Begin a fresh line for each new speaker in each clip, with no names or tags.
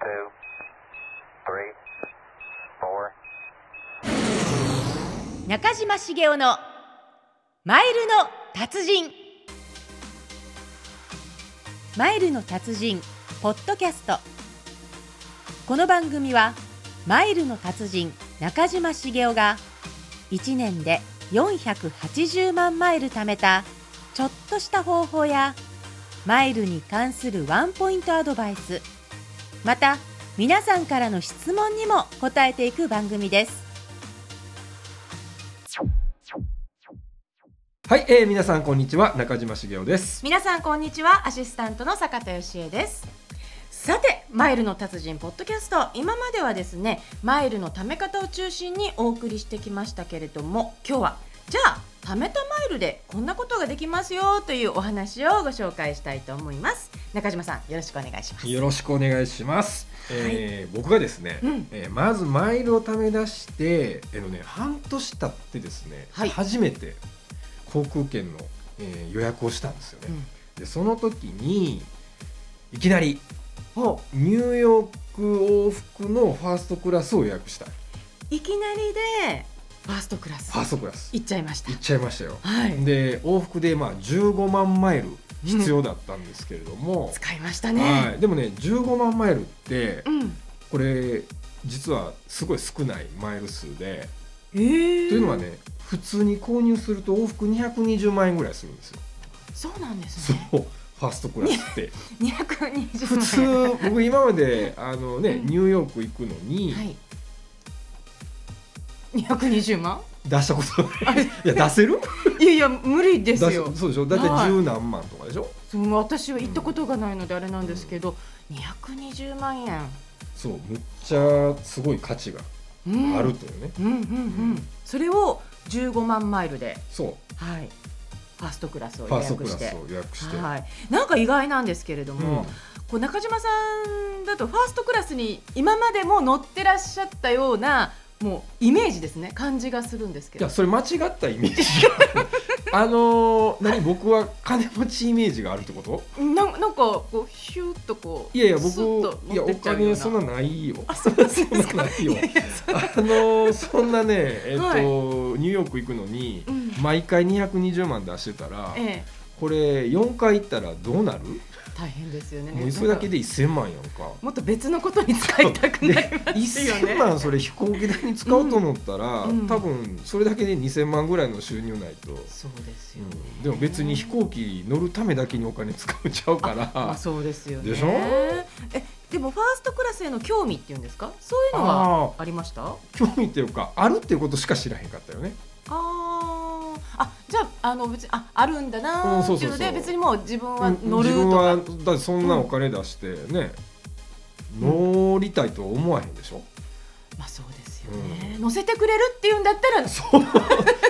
two, three, four.
中島茂雄のマイルの達人マイルの達人ポッドキャストこの番組はマイルの達人中島茂雄が1年で480万マイル貯めたちょっとした方法やマイルに関するワンポイントアドバイスまた皆さんからの質問にも答えていく番組です
はい、えー、皆さんこんにちは中島茂雄です。
皆さんこんにちはアシスタントの坂田芳恵ですさてマイルの達人ポッドキャスト今まではですねマイルの貯め方を中心にお送りしてきましたけれども今日はじゃあ貯めたマイルでこんなことができますよというお話をご紹介したいと思います中島さんよろしくお願いします
よろしくお願いします。えー僕がですね、
うん
えーまずマイルをため出して、えーのね、半年経ってですね、
はい
初めて航空券の、えー予約をしたんですよね。
うん
でその時にいきなり
ほ
ニューヨーク往復のファーストクラスを予約したフ
ういきなりでファーストクラス
ァーストクラス
行っちゃいました
行っちゃいましたよ。
はい
で往復でまあ15万マイル必要だったんですけれども、
使いましたね、
はい、でもね15万マイルって
うん
これ実はすごい少ないマイル数で、
えー
というのはね普通に購入すると往復220万円ぐらいするんですよ、
そうなんですね
そうファーストクラス って
220万円
普通僕今まであのね、
うん
ニューヨーク行くのに
はい。二百二十万？
出したこと ない、い、や出せる
いやいや無理で
出
す
せ
よ。
そうでしょだいた
はい
い十何万とかでしょ、
その私は行ったことがないのであれなんですけど、二百二十万円。
そうむっちゃすごい価値が
うん、
ある。というね、
うんうんうん。
うん
それを十五万マイルで、
そう
はい。ファーストクラスを
フ
予
ァーストク
約
ラ
し
ス
て。
を予約して、
はい、なんか意外なんですけれども、
うん
こう中島さんだとファーストクラスに今までも乗ってらっしゃったようなもうイメージですね感じがするんですけ
いや
ど
それ間違ったイメージ あのー何僕は金持ちイメージがあるってこと
ななんかこうヒューッとこう
いやいや
スッと
僕い
乗
や
って
お
っちゃうよう
金そんなないよ
あそうなんです
そんな
か
ないよ
いやいや
あのーそんなねえっと、
はい
ニューヨーク行くのに
うん
毎回220万出してたら、
ええ
これ4回行ったらどうなる
大変ですよね
もうそれだけで1000万やんか
もっと別のことに使いたくなりますよね
1000万それ飛行機代に使おうと思ったら、
うんうん
多分それだけで2000万ぐらいの収入ないと、
そうですよね、
うんでも別に飛行機乗るためだけにお金使うちゃうか
ま
ら
あそうですよね
でしょ
えでもファーストクラスへの興味っていうんですかそういうのは
ああ
ありましたあ
興味っていうかあるっていうことしか知らへんかったよね
あーあじゃああの別にああるんだ
うん
なー
そう
って
そ
いうう
そう
ので別にもう自分は乗る
自分
と
は
か
だってそんなお金出してね、乗りたいとは思わへん でしょ、
まあそうですよね乗せてくれるっていうんだったら
そう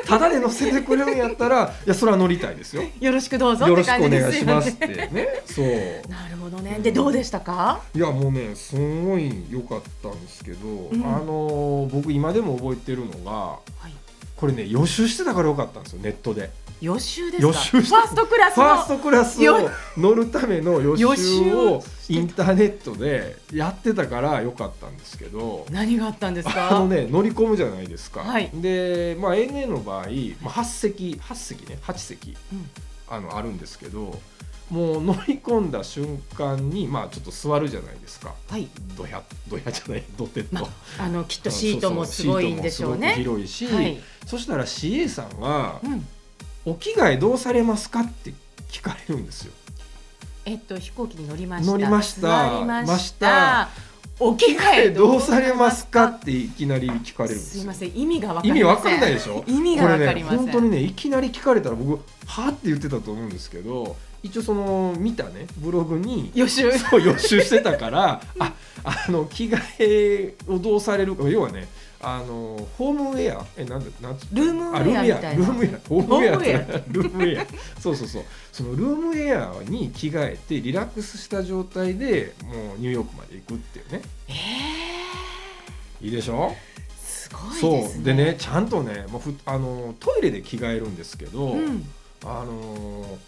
ただで乗せてくれるんやったらいやそれは乗りたいですよよ
よろしく どうぞっ
ろ
て
しく
感
お
じです
願いしますって
よね
ねそうい
なるほどねでどうでしたか
やもうねすごい良かったんですけど、
ん
あのー僕今でも覚えてるのが
はい
これね予習してたから良かったんですよネットで
予習ですか
予習し
フ
た
ァーストクラス
ファース
の
トクラスを乗るための予習を
予習してた
インターネットでやってたから良かったんですけど
何があったんです
あの
か
ね乗り込むじゃないですか、
はい
で、まあ、ANA の場合、まあ、8席8席ね8席、
うん
あのあるんですけどもう乗り込んだ瞬間に、まあ、ちょっと座るじゃないですか
はい
ドヤドヤじゃない ドテッド、
まあのきっと
そう
シートもすごいんでしょう
シー
ね
トもすごく広
はい
し、
い
そしたら CA さんが
うん
「お着替えどうされますか?」って聞かれるんですよ。
えっと飛行機に乗りました
乗りました
座りました
ました
お着替え
どうされますかっていきなり聞かれるんですす
い
よ
ません意味がわか
意
りません
味わかんないでしょ
意味がわかりません
これね本当にねいきなり聞かれたら僕はあって言ってたと思うんですけど一応その見たねブログに
予習
そう予習してたからああの着替えをどうされるか要はねあのホームウェアえなんだなんつ
ルームウェア
あル
みたいな
ルームウェアホームウェア
ホームウェア
ってルームウェアそうそうそうそのルームウェアに着替えてリラックスした状態でもうニューヨークまで行くっていうね
え
いいでしょ
ーすごいで
そ
す
う
ね
でねちゃんとね、まあ、ふあのトイレで着替えるんですけど、
うん
あの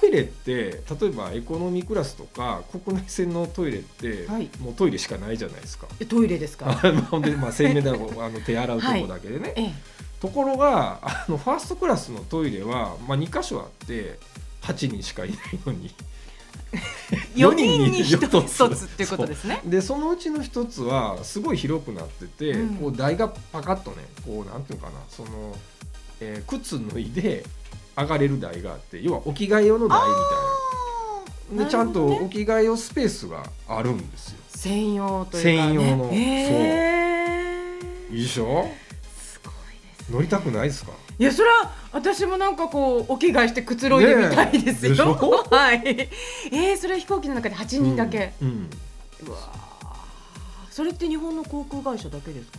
トイイレって例えばエコノミークラスとか国内線のトイレって、
はい
もうトイレしかないじゃないですか。
えトイレですか
ほんで、まあ、洗面台をあの手洗うとこだけでね、
ええ
ところがあのファーストクラスのトイレは、まあ、2箇所あって8人しかいないのに
4人に
四人に
1
一つ
つっていうことですね
でそのうちの一つはすごい広くなってて、
うん
こう台がパカッとねこうなんていうのかなその、えー靴脱いで上がれる台があって要は置き替え用の台みたい
あー
なでちゃんと
なるほどね
置き替え用スペースがあるんですよ。
専用というか、ね、
専用の
へー
いいでしょ
すごいですね
乗りたくないですか
いやそれは私もなんかこうお着替えしてくつろいでみたいですよ、
ねえでしょ
はいえー、それは飛行機の中で8人だけ、
うんうん
うわーそれって日本の航空会社だけですか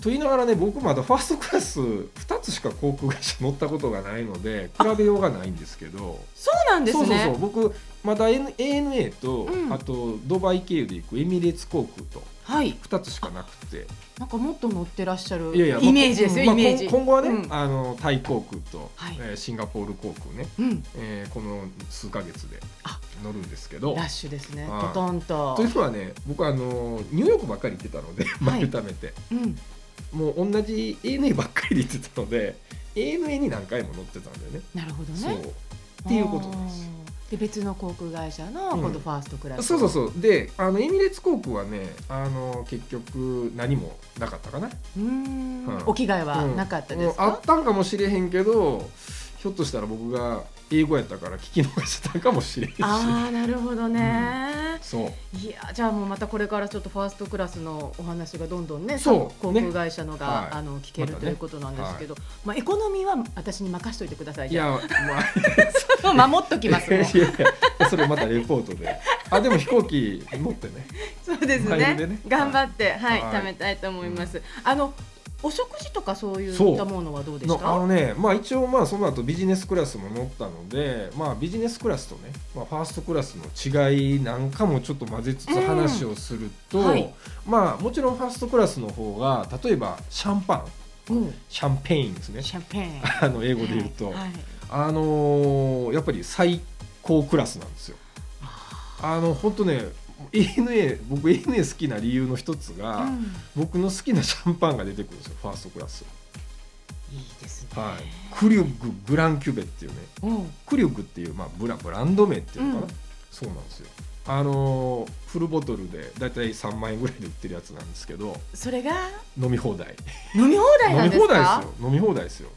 と言いながらね僕まだファーストクラス2つしか航空会社乗ったことがないので比べようがないんですけど
そうなんですね
そうそうそう僕まだ N- ANA と、
うん
あとドバイ経由で行くエミレーツ航空と
はい
2つしかなくて
なんかもっと乗ってらっしゃる
いやいや
イメージですよ、
まあ
イメージ、
こん今後はね、
うん
あのタイ航空と、
はい
えーシンガポール航空ね、
うん
えーこの数ヶ月で
あ
乗るんですけど
ラッシュですね
はい
トトンと
というのはね僕あのニューヨークばっかり行ってたので
い
丸ためて、
うん、
もう同じ ANA ばっかりで行ってたので ANA に何回も乗ってたんだよね。
なるほど
そう
ね
っていうことなんですよ
あーで別の航空会社の
うん
今度ファーストクラス、
そうそうそうであのエミレーツ航空はねあの結局何もなかったかな
うーん、
うん
お着替えはなかったです
うんあっ
か、
たんかもしれへんけどひょっとしたら僕が英語やったから聞き逃してたんかもしれへんし
ああなるほどね、
そう
いやじゃあもうまたこれからちょっとファーストクラスのお話がどんどんね
そう
航
ね
空会社のが、
はい
あの聞ける、
またね
ということなんですけど、まあ、エコノミーは私に任しといてください
い
じ
や
ゃ
まあ
あ守っとき ますもう
いやいやそれまたレポートであでも飛行機乗ってね
そうです
前
ね
でね
頑張ってはい、
はい
貯めたいと思います、あのお食事とかそうい
そう
ったものはどうでし
のあ
た
のねまあ一応まあその後ビジネスクラスも乗ったのでまあビジネスクラスとね、まあ、ファーストクラスの違いなんかもちょっと混ぜつつ
うん
話をすると、
はい
まあもちろんファーストクラスの方が例えばシャンパン
うん
シャンペインですね
シャンペーン
あの英語で言うと、
はいはい
あのーやっぱり最高クラスなんですよ。あの本当ね ANA 僕 ANA 好きな理由の一つが、
うん
僕の好きなシャンパンが出てくるんですよファーストクラス、
いいですね、
はい、クリュッググランキュベっていうね
うん
クリュッグっていう、まあ、ブラブランド名っていうのかな、
うん
そうなんですよあのーフルボトルでだいたい3万円ぐらいで売ってるやつなんですけど
それが
飲み放題
飲み放題なん
飲
で
み
す
放
か
題ですよ飲み放題ですよ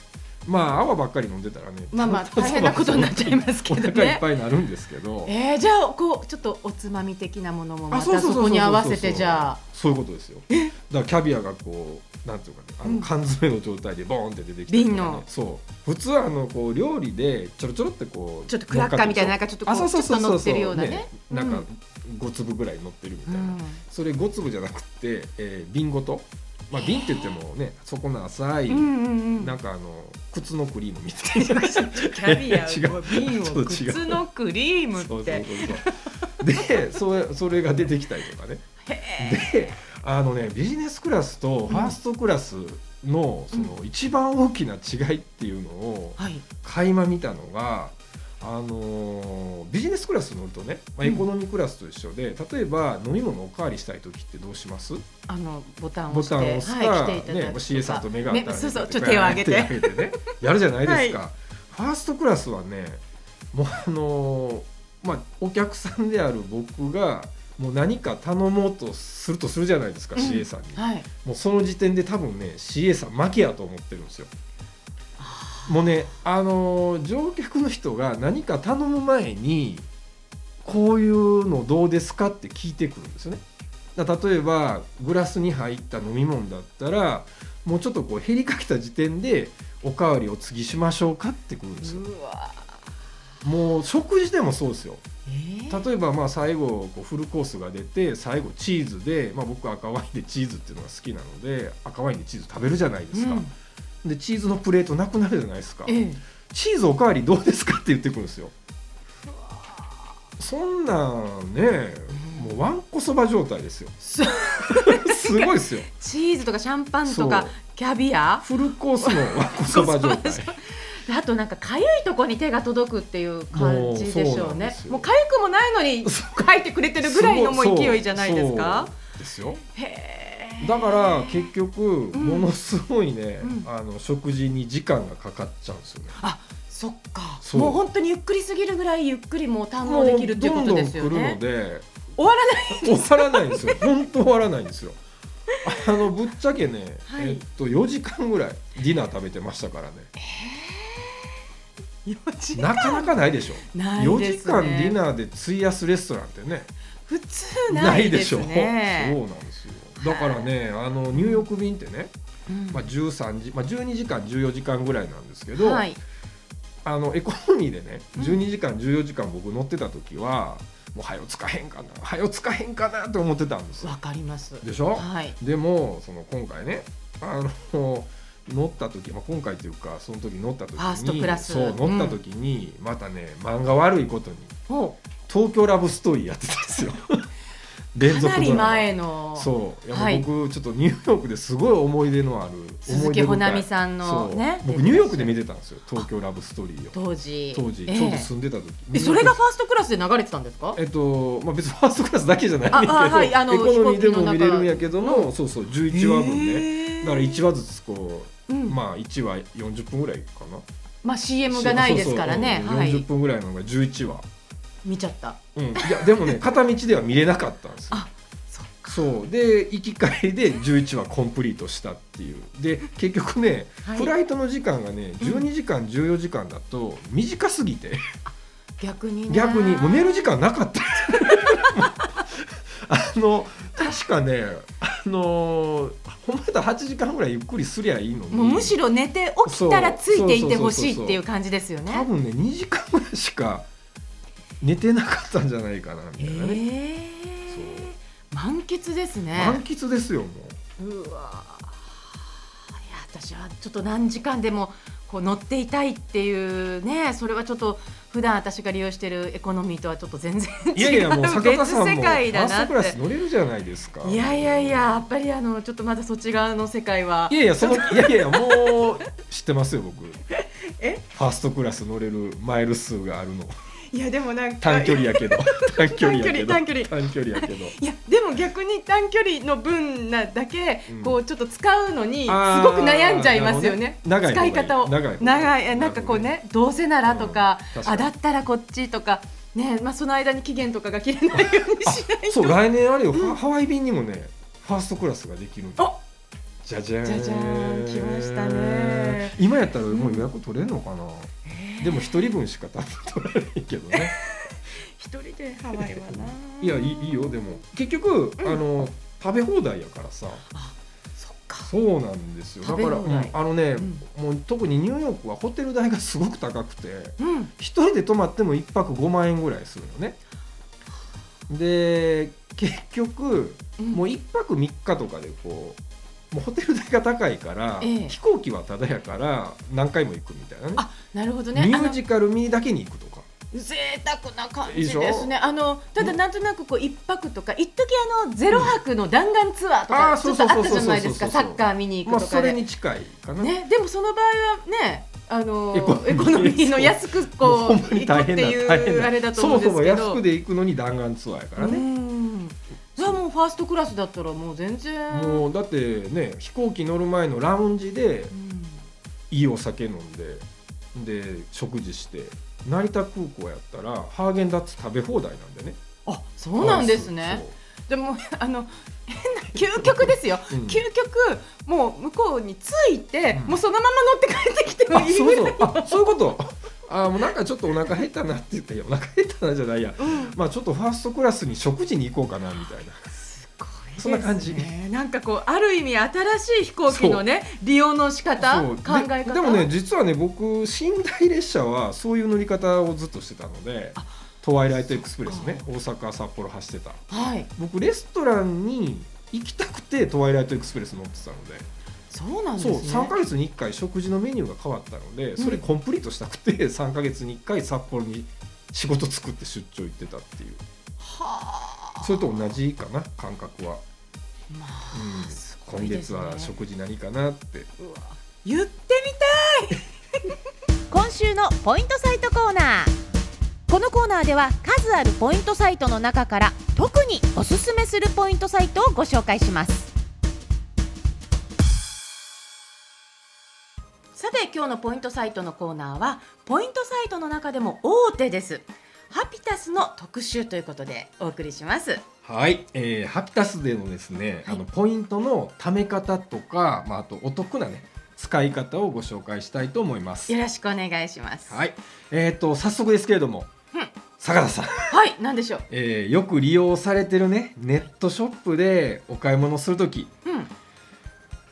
まあ泡ばっかり飲んでたらね
まあまあ
ちょっと
大変なことになっちゃいますけどね
お腹いっぱいになるんですけど
えー、じゃあこうちょっとおつまみ的なものもま
あそう
た
そ
そ
うそうそ
こ
う
に合わせてじゃあ
そういうことですよだからキャビアがこうなんていうかねあ
うん
の缶詰の状態でボーンって出てきたりとか
瓶
ね
の
そう普通はあのこう料理でちょろちょろってこう
ちょっとクラッカーみたいななんかちょっとこう
あそうそうそうそう
ちょっと乗ってるようなねうん
なんか5粒ぐらい乗ってるみたいな、それ5粒じゃなくて、えー瓶ごとまあ瓶って言ってもねそこの浅い、
うんうんうんうん
なんかあの靴のクリームみたいな
キャビア
違
を
う
瓶
ち
を
ょっと違う
靴のクリーム
そう
っ
そう
て
そうそうでそれそれが出てきたりとかねであのねビジネスクラスとファーストクラスのその一番大きな違いっていうのを
はい
垣間見たのが、あのービジネスクラス乗るとね、まあ、
う
エ
ん
コノミークラスと一緒で、例えば飲み物おかわりしたい時ってどうします
あのボタンを
ボ
押して
タンを押すか、
はい、来ていただ
ね、
くとか
CA さんと目が合ったら、
ねそうそうちょっと手を挙げ
手を
て
ね やるじゃないですか、ファーストクラスはねもうあのーまあお客さんである僕がもう何か頼もうとするとするじゃないですか、
うん
CA さんに
はい
もうその時点で多分ね CA さん負けやと思ってるんですよもうねあのー乗客の人が何か頼む前にこういうのどうですかって聞いてくるんですよねだ例えばグラスに入った飲み物だったらもうちょっとこう減りかけた時点でおかわりを次しましょうかってくるんですよ
うわ
もう食事でもそうですよ
ーえー
例えばまあ最後こうフルコースが出て最後チーズで、まあ、僕赤ワインでチーズっていうのが好きなので赤ワインでチーズ食べるじゃないですか、
うん
でチーズのプレートなくなるじゃないですか
ええ
チーズおかわりどうですかって言ってくるんですよそんなんねもうわんこそば状態ですよ
そう
すごいですよ
チーズとかシャンパンとか
そう
キャビア
フルコースのわんこそば状態
であとなんか痒いとこに手が届くっていう感じでしょう
もうそうなんで
ね
す。よ
もう痒くもないの に書いてくれてるぐらいのもう勢いじゃないですか。
そうですよ
へー
だから結局
ん
ものすごいね、
うん
あの食事に時間がかかっちゃうんですよね。
あそっか
そう
もう本当にゆっくりすぎるぐらいゆっくりもう堪能できるっていうことですよ
もうどん
ね
どん来るので
終わらない
終わらない んですよ本当終わらないんですよ。あのぶっちゃけね、
はい
えっと4時間ぐらいディナー食べてましたからね
4時
なかなかないでしょ
ない
4
で
時
すね
間ディナーで費やすレストランってね
普通ないです
そう
ね
なんですよだからねあのニューヨーク便ってね、まあ、13時、まあ、12時間14時間ぐらいなんですけ
うん
ど、
はい
あのエコノミーでね
うん
12時間14時間僕乗ってた時はもう早つかへんかな早つかへんかなって思ってたんですよ
わかります
でしょ
はい
でもその今回ねあの乗った時、まあ、今回というかその時乗った時に
ファーストクラス
そう乗った時に、またね漫画悪いことに
も
「東京ラブストーリー」やってたんですよ連
う
続ド
かな
ラマ
り前の
そういや、
はい
僕ちょっとニューヨークですごい思い出のある
鈴木保奈美さんの
そう
ね
僕ニューヨークで見てたんですよ「東京ラブストーリー」を
当時
当時
ええ
ちょうど住んでた時
えそれが
ニューヨーク
ファーストクラスで流れてたんですか
えっとまあ、別にファーストクラスだけじゃないねんけど
ああはいあの
エコノミーでも見れるんやけど
飛行機
も、そうそう11話分ね、
ね
だから1話ずつこ
う
う、
んま
まあ1話40分ぐらいかな
あ CM がないですからね
そうそううん
は
40
い
分ぐらいのが11話、
見ちゃった
うん、いやでもね片道では見れなかったんですよ
あそっか
そうで行き帰りで11話コンプリートしたっていうで結局ね、
はい
フライトの時間がね12時間14時間だと短すぎて
逆にね
逆にもう寝る時間なかった あの確かねあのほんまだ8時間ぐらいゆっくりすりゃいいのに
もうむしろ寝て起きたらついていてほしいっていう感じですよ
多
ね。
分ね2時間ぐらいしか寝てなかったんじゃないかなみたいなね、
ええ満喫です
満
ね。
喫ですよも
うわーいや私はちょっと何時間でもこう乗っていたいっていうねそれはちょっと普段私が利用してるエコノミーとはちょっと全然違う
ういやいやもう坂田さん
別
も
世
ファ
界だ
ース
な
ト
っ
クラス
て。
乗れるじゃないですか
いやいやいややっぱりあのちょっとまだそっち側の世界はい
やいやそのいやいやもう知ってますよ僕
え
ファーストクラス乗れるマイル数があるの
いやでもなんか
短距離やけど短距離やけど
短距離短距離
短距離やけど
いやでも逆に短距離の分なだけ、
うん
こうちょっと使うのにすごく悩んじゃいますよね
あーなるほどね
使い方を
長い方がいい長い方がいい
いえなんかこうねどうせならとか,、
うん確か
あ
に
だったらこっちとかねまあその間に期限とかが切れないようにしない
そう来年あれよ、ハハワイ便にもねファーストクラスができるんだ
あ
じゃじゃーん
じゃじゃーん来ましたね
今やったらもう予約取れるのかな、でも一人分しか多分取れないけどね
一人でハワイはない
やいいいいよでも結局、あの食べ放題やからさ
そっか
そうなんですよだから、
食べ放題
うんあのね、
う
もう特にニューヨークはホテル代がすごく高くて
うん
一人で泊まっても1泊5万円ぐらいするのねで結局
うん
もう1泊3日とかでこうもうホテル代が高いから、
ええ
飛行機はタダやから何回も行くみたいなね
あなるほどね
ミ
あ
ュ
の
ージカル見だけに行くとか
贅沢な感
いい
じ
でしょ
ですね。あのただ
うん
なんとなくこう一泊とか一時あのゼロ泊の弾丸ツアーと
うんあ
か
ー
ち
そ
ょ
う
っと
そ
あった
うそうそう
じゃないですか。
そ
サ
うそうそう
ッカー見に行
まあ
くとか
それ
で。
に近いか な、
ね、でもその場合はね、あの
エコノミー
エコノミーの安くこう
もう
行
ほんま
く
に大
って
変だ大
い
変
う
だ
あれだと思うんですけど。
そもそも安くで行くのに弾丸ツアーやから
う
ね、
ん。じゃあもうファーストクラスだったらもう全然。
もうだってね飛行機乗る前のラウンジで
うん
いいお酒飲んでで食事して成田空港やったらハーゲンダッツ食べ放題なんでね
あ、そうなんですね。でも あの変な究極ですよ。
そううん
究極もう向こうに着いて、
うん
もうそのまま乗って帰ってきても
あ
いい
そう
ぐら い
そ
う
あそういうことあもうなんかちょっとお腹減ったなって言っていやお腹減ったなじゃないや
うん
まあちょっとファーストクラスに食事に行こうかなみたいなそんな感じ
ですねなんかこうある意味新しい飛行機のね利用の仕方
そ
考
うで
え方
でもね実はね僕寝台列車はそういう乗り方をずっとしてたのでトワイライトエクスプレスね大阪札幌走ってた
はい
僕レストランに行きたくてトワイライトエクスプレス乗ってたので
そうなんです
そう
ね
3か月に1回食事のメニューが変わったのでそれコンプリートしたくて3か月に1回札幌に仕事作って出張行ってたっていう
はあ
それと同じかな感覚は、
ま
うん
あすご
今
いで
月
すね
は食事何かなって
言ってみたい
今週のポイントサイトコーナーこのコーナーでは数あるポイントサイトの中から特におすすめするポイントサイトをご紹介します
さて今日のポイントサイトのコーナーはポイントサイトの中でも大手ですハピタスの特集ということでお送りします
はい、えーハピタスでのですね、
はい
あのポイントの貯め方とか、まあ、あとお得なね使い方をご紹介したいと思います
よ。ろしくお願いします、
はいい、えー、と早速ですけれども、
うん
坂田さん、
はい、何でしょう
えーよく利用されてるねネットショップでお買い物するとき、
うん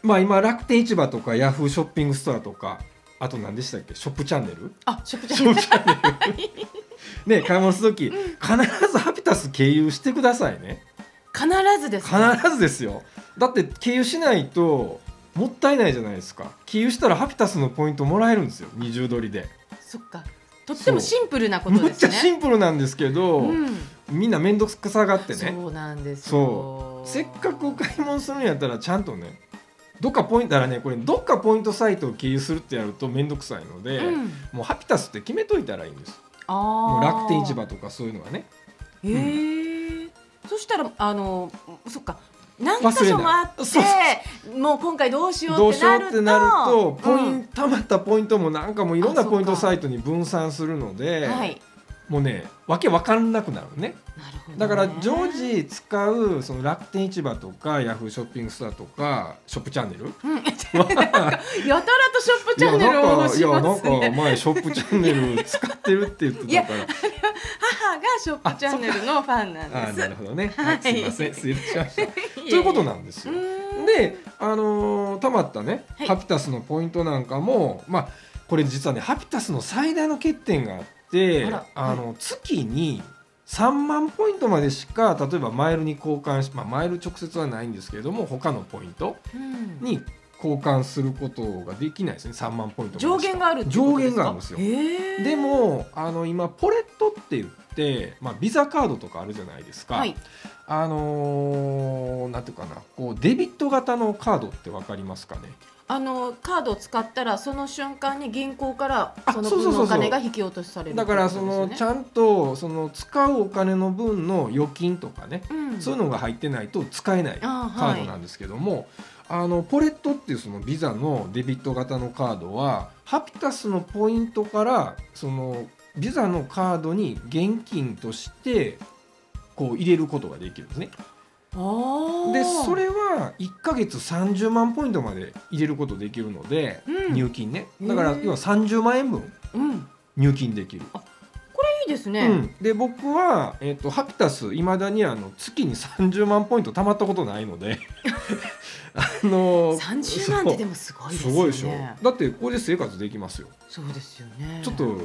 まあ、今楽天市場とかヤフーショッピングストアとかあと何でしたっけショップチャンネル
あ、食
シ
事
ョップチャンネルね買い物するとき必ずハピタス経由してくださいね
必ずですね
必ずですよだって経由しないともったいないじゃないですか経由したらハピタスのポイントもらえるんですよ二重取りで
そっかとってもシンプルなこと
む
で
っち
す
ゃシ
ね
ンプルなんですけど、
うん
みんな面倒くさがってね
そうなんです
そ
よ
せっかくお買い物するんやったらちゃんとねどっかポイントだからねこれどっかポイントサイトを経由するってやると面倒くさいので、
うん、
もうハピタスって決めといたらいいんです
あ
もう
ー
楽天市場とかそういうのはね
へえ、そしたらあのそっか何
忘
箇
れ
所
ない
もあって
そうそう
もう今回どうしよう
どう
って
しよ
な
う
る
って
と
なるとポイ
うん
ンたまったポイントもなんかもういろんな
あそっか
ポイントサイトに分散するので、
はい
もうねわけわかんなくなるね
なるほどね
だから常時使うその楽天市場とかヤフーショッピングストアとかショップチャンネル
うんやたらとショップチャンネルを押
い
し
や
ま
なん
す
かいやな
ね
んか前ショップチャンネル使ってるって言ってたから
母がショップチャンネルのファンなん
あー
で
な
す
るほどね、
はい
はい、すいません失礼し ました
と
ということなんですよであのー、たまったね、
はい
ハピタスのポイントなんかもまあこれ実はねハピタスの最大の欠点があって
あ
あ
ら
の月に3万ポイントまでしか例えばマイルに交換し、まあ、マイル直接はないんですけれども他のポイントに交換することができないですね3万ポイントまでしか
上限があるってこ
上
とです
限があ
か
るんですよ
へー
でもあの今ポレットって言って、まあ、ビザカードとかあるじゃないですか、
はい
あのーなんていうかなこうデビット型のカードってわかりますかね
あのカードを使ったらその瞬間に銀行から
あ
その
そうそ
分
うそう
の
そう
お金が引き落としされる
だからそのち
ゃ
ゃんとその使うお金の分の預金とかね
ん
そういうのが入ってないと使えないカ
あーはい
ードなんですけどもあのポレットっていうそのビザのデビット型のカードはハピタスのポイントからそのビザのカードに現金としてこう入れることができるんですね。
の
でそれは1ヶ月30万ポイントまで入れることできるので、
うん
入金ね
うん
だから要は30万円分
うん、い
入金できる、
いです
う
ね、
ん、で僕は、えっとハピタスいまだにあの月に30万ポイント貯まったことない のであの
三十万ってで
も
もすごいです
す
よね
ごいでしょだってこれで生活できますよ、
そうですよね
ちょっと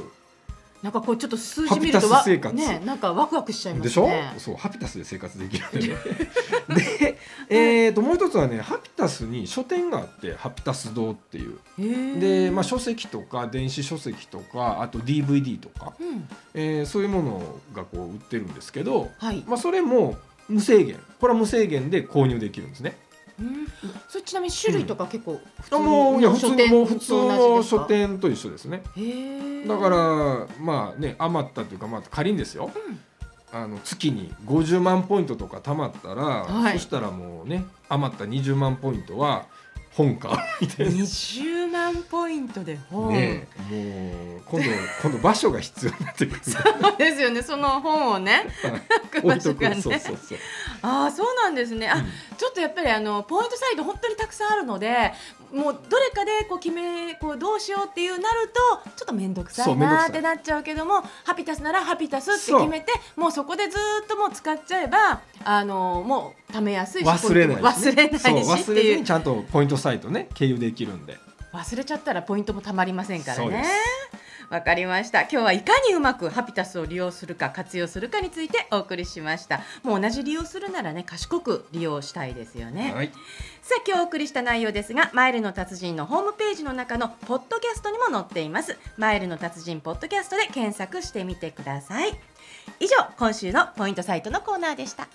なんかこうちょっと数字見るとわ
ハピタス生活
ねなんかワクワクしちゃいますね
でしょそうハピタスで生活できるんでね で、えっともう一つはねハピタスに書店があってハピタス堂っていうで、まあ、
あ、
書籍とか電子書籍とかあと DVD とか、
うん、
えーそういうものがこう売ってるんですけど、
はい、
まあ、それも無制限これは無制限で購入できるんですね。
うん、それちなみに種類とか結構普
あもういや普通
書
の
店
もう普通の書
と同じで
店と一緒ですね。
すかへー
だからまあね余ったというかまあ仮にですよ、あの月に50万ポイントとか貯まったら、
はい
そしたらもうね余った20万ポイントは本買うみたいな。
二十万ポイントで本、
ね、もう今度 今度場所が必要になってくる
そう ですよねその本をね
置い と
場所が
く
ね
そうそうそう
ああそうなんですねあ、
うん
ちょっとやっぱりあのポイントサイト本当にたくさんあるのでもうどれかでこう決めこうどうしようっていうなるとちょっと面倒くさ
そ
いう
面倒
な
くさ
ー
い
ってなっちゃうけどもハピタスならハピタスって
そう
決めてもうそこでずーっともう使っちゃえばあのもう貯めやすいし
忘れない
ポイントも忘れ
そう
ないしって
忘れ
い
ず
う
にちゃんとポイントサイトね経由できるんで
忘れちゃったらポイントもたまりませんから
そうで
ね
す。
わかりました。今日はいかにうまくハピタスを利用するか活用するかについてお送りしました。もう同じ利用するならね賢く利用したいですよね。
はい
さあ今日お送りした内容ですがマイルの達人のホームページの中のポッドキャストにも載っていますマイルの達人ポッドキャストで検索してみてください以上今週のポイントサイトのコーナーでした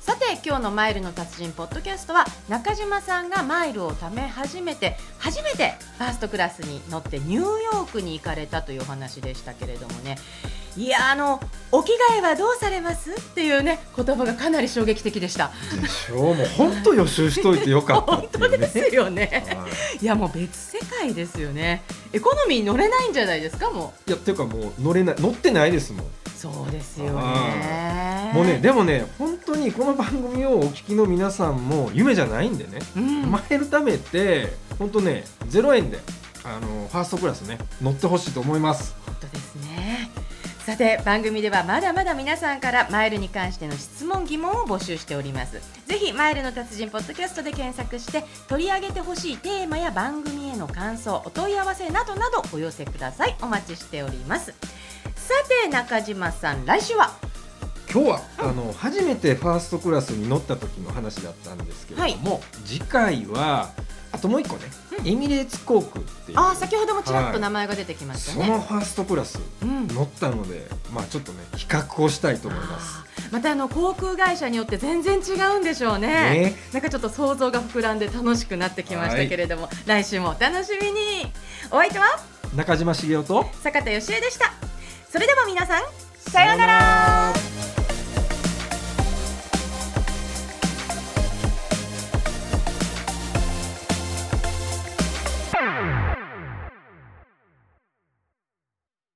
さてで今日の「マイルの達人」ポッドキャストは中島さんがマイルを貯め始めて初めてファーストクラスに乗ってニューヨークに行かれたというお話でしたけれどもねいやーあのお着替えはどうされますっていうね言葉がかなり衝撃的でした。
でしょうもう本当予習しといてよかったっ
本
てい
当
う
で
ね
すよね。
はい
いやもう別世界ですよね。エコノミー乗れないんじゃないですかも
いやっていうかもう乗れない乗ってないですもん
う。そうですよね。
もうね、でもね本当にこの番組をお聞きの皆さんも夢じゃないんでね、
うん、
マイル貯めて本当ね0円であのファーストクラスね乗ってほしいと思います
本当ですね。さて番組ではまだまだ皆さんからマイルに関しての質問疑問を募集しておりますぜひマイルの達人ポッドキャストで検索して取り上げてほしいテーマや番組への感想お問い合わせなどなどお寄せくださいお待ちしておりますさて中島さん来週は
今日は、あの初めてファーストクラスに乗った時の話だったんですけれども、次回はあともう一個ね、
うん
エミレーツ航空っていう
あー先ほどもちらっと名前が出てきました
そ
ね、
のファーストクラス
うん
乗ったので、まあちょっとね比較をしたいと思います
あ。ーまたあの航空会社によって全然違うんでしょうね
ね
なんかちょっと想像が膨らんで楽しくなってきましたけれども、来週もお楽しみにお相手は
中島茂雄と
坂田芳恵でしたそれでは皆さんさようなら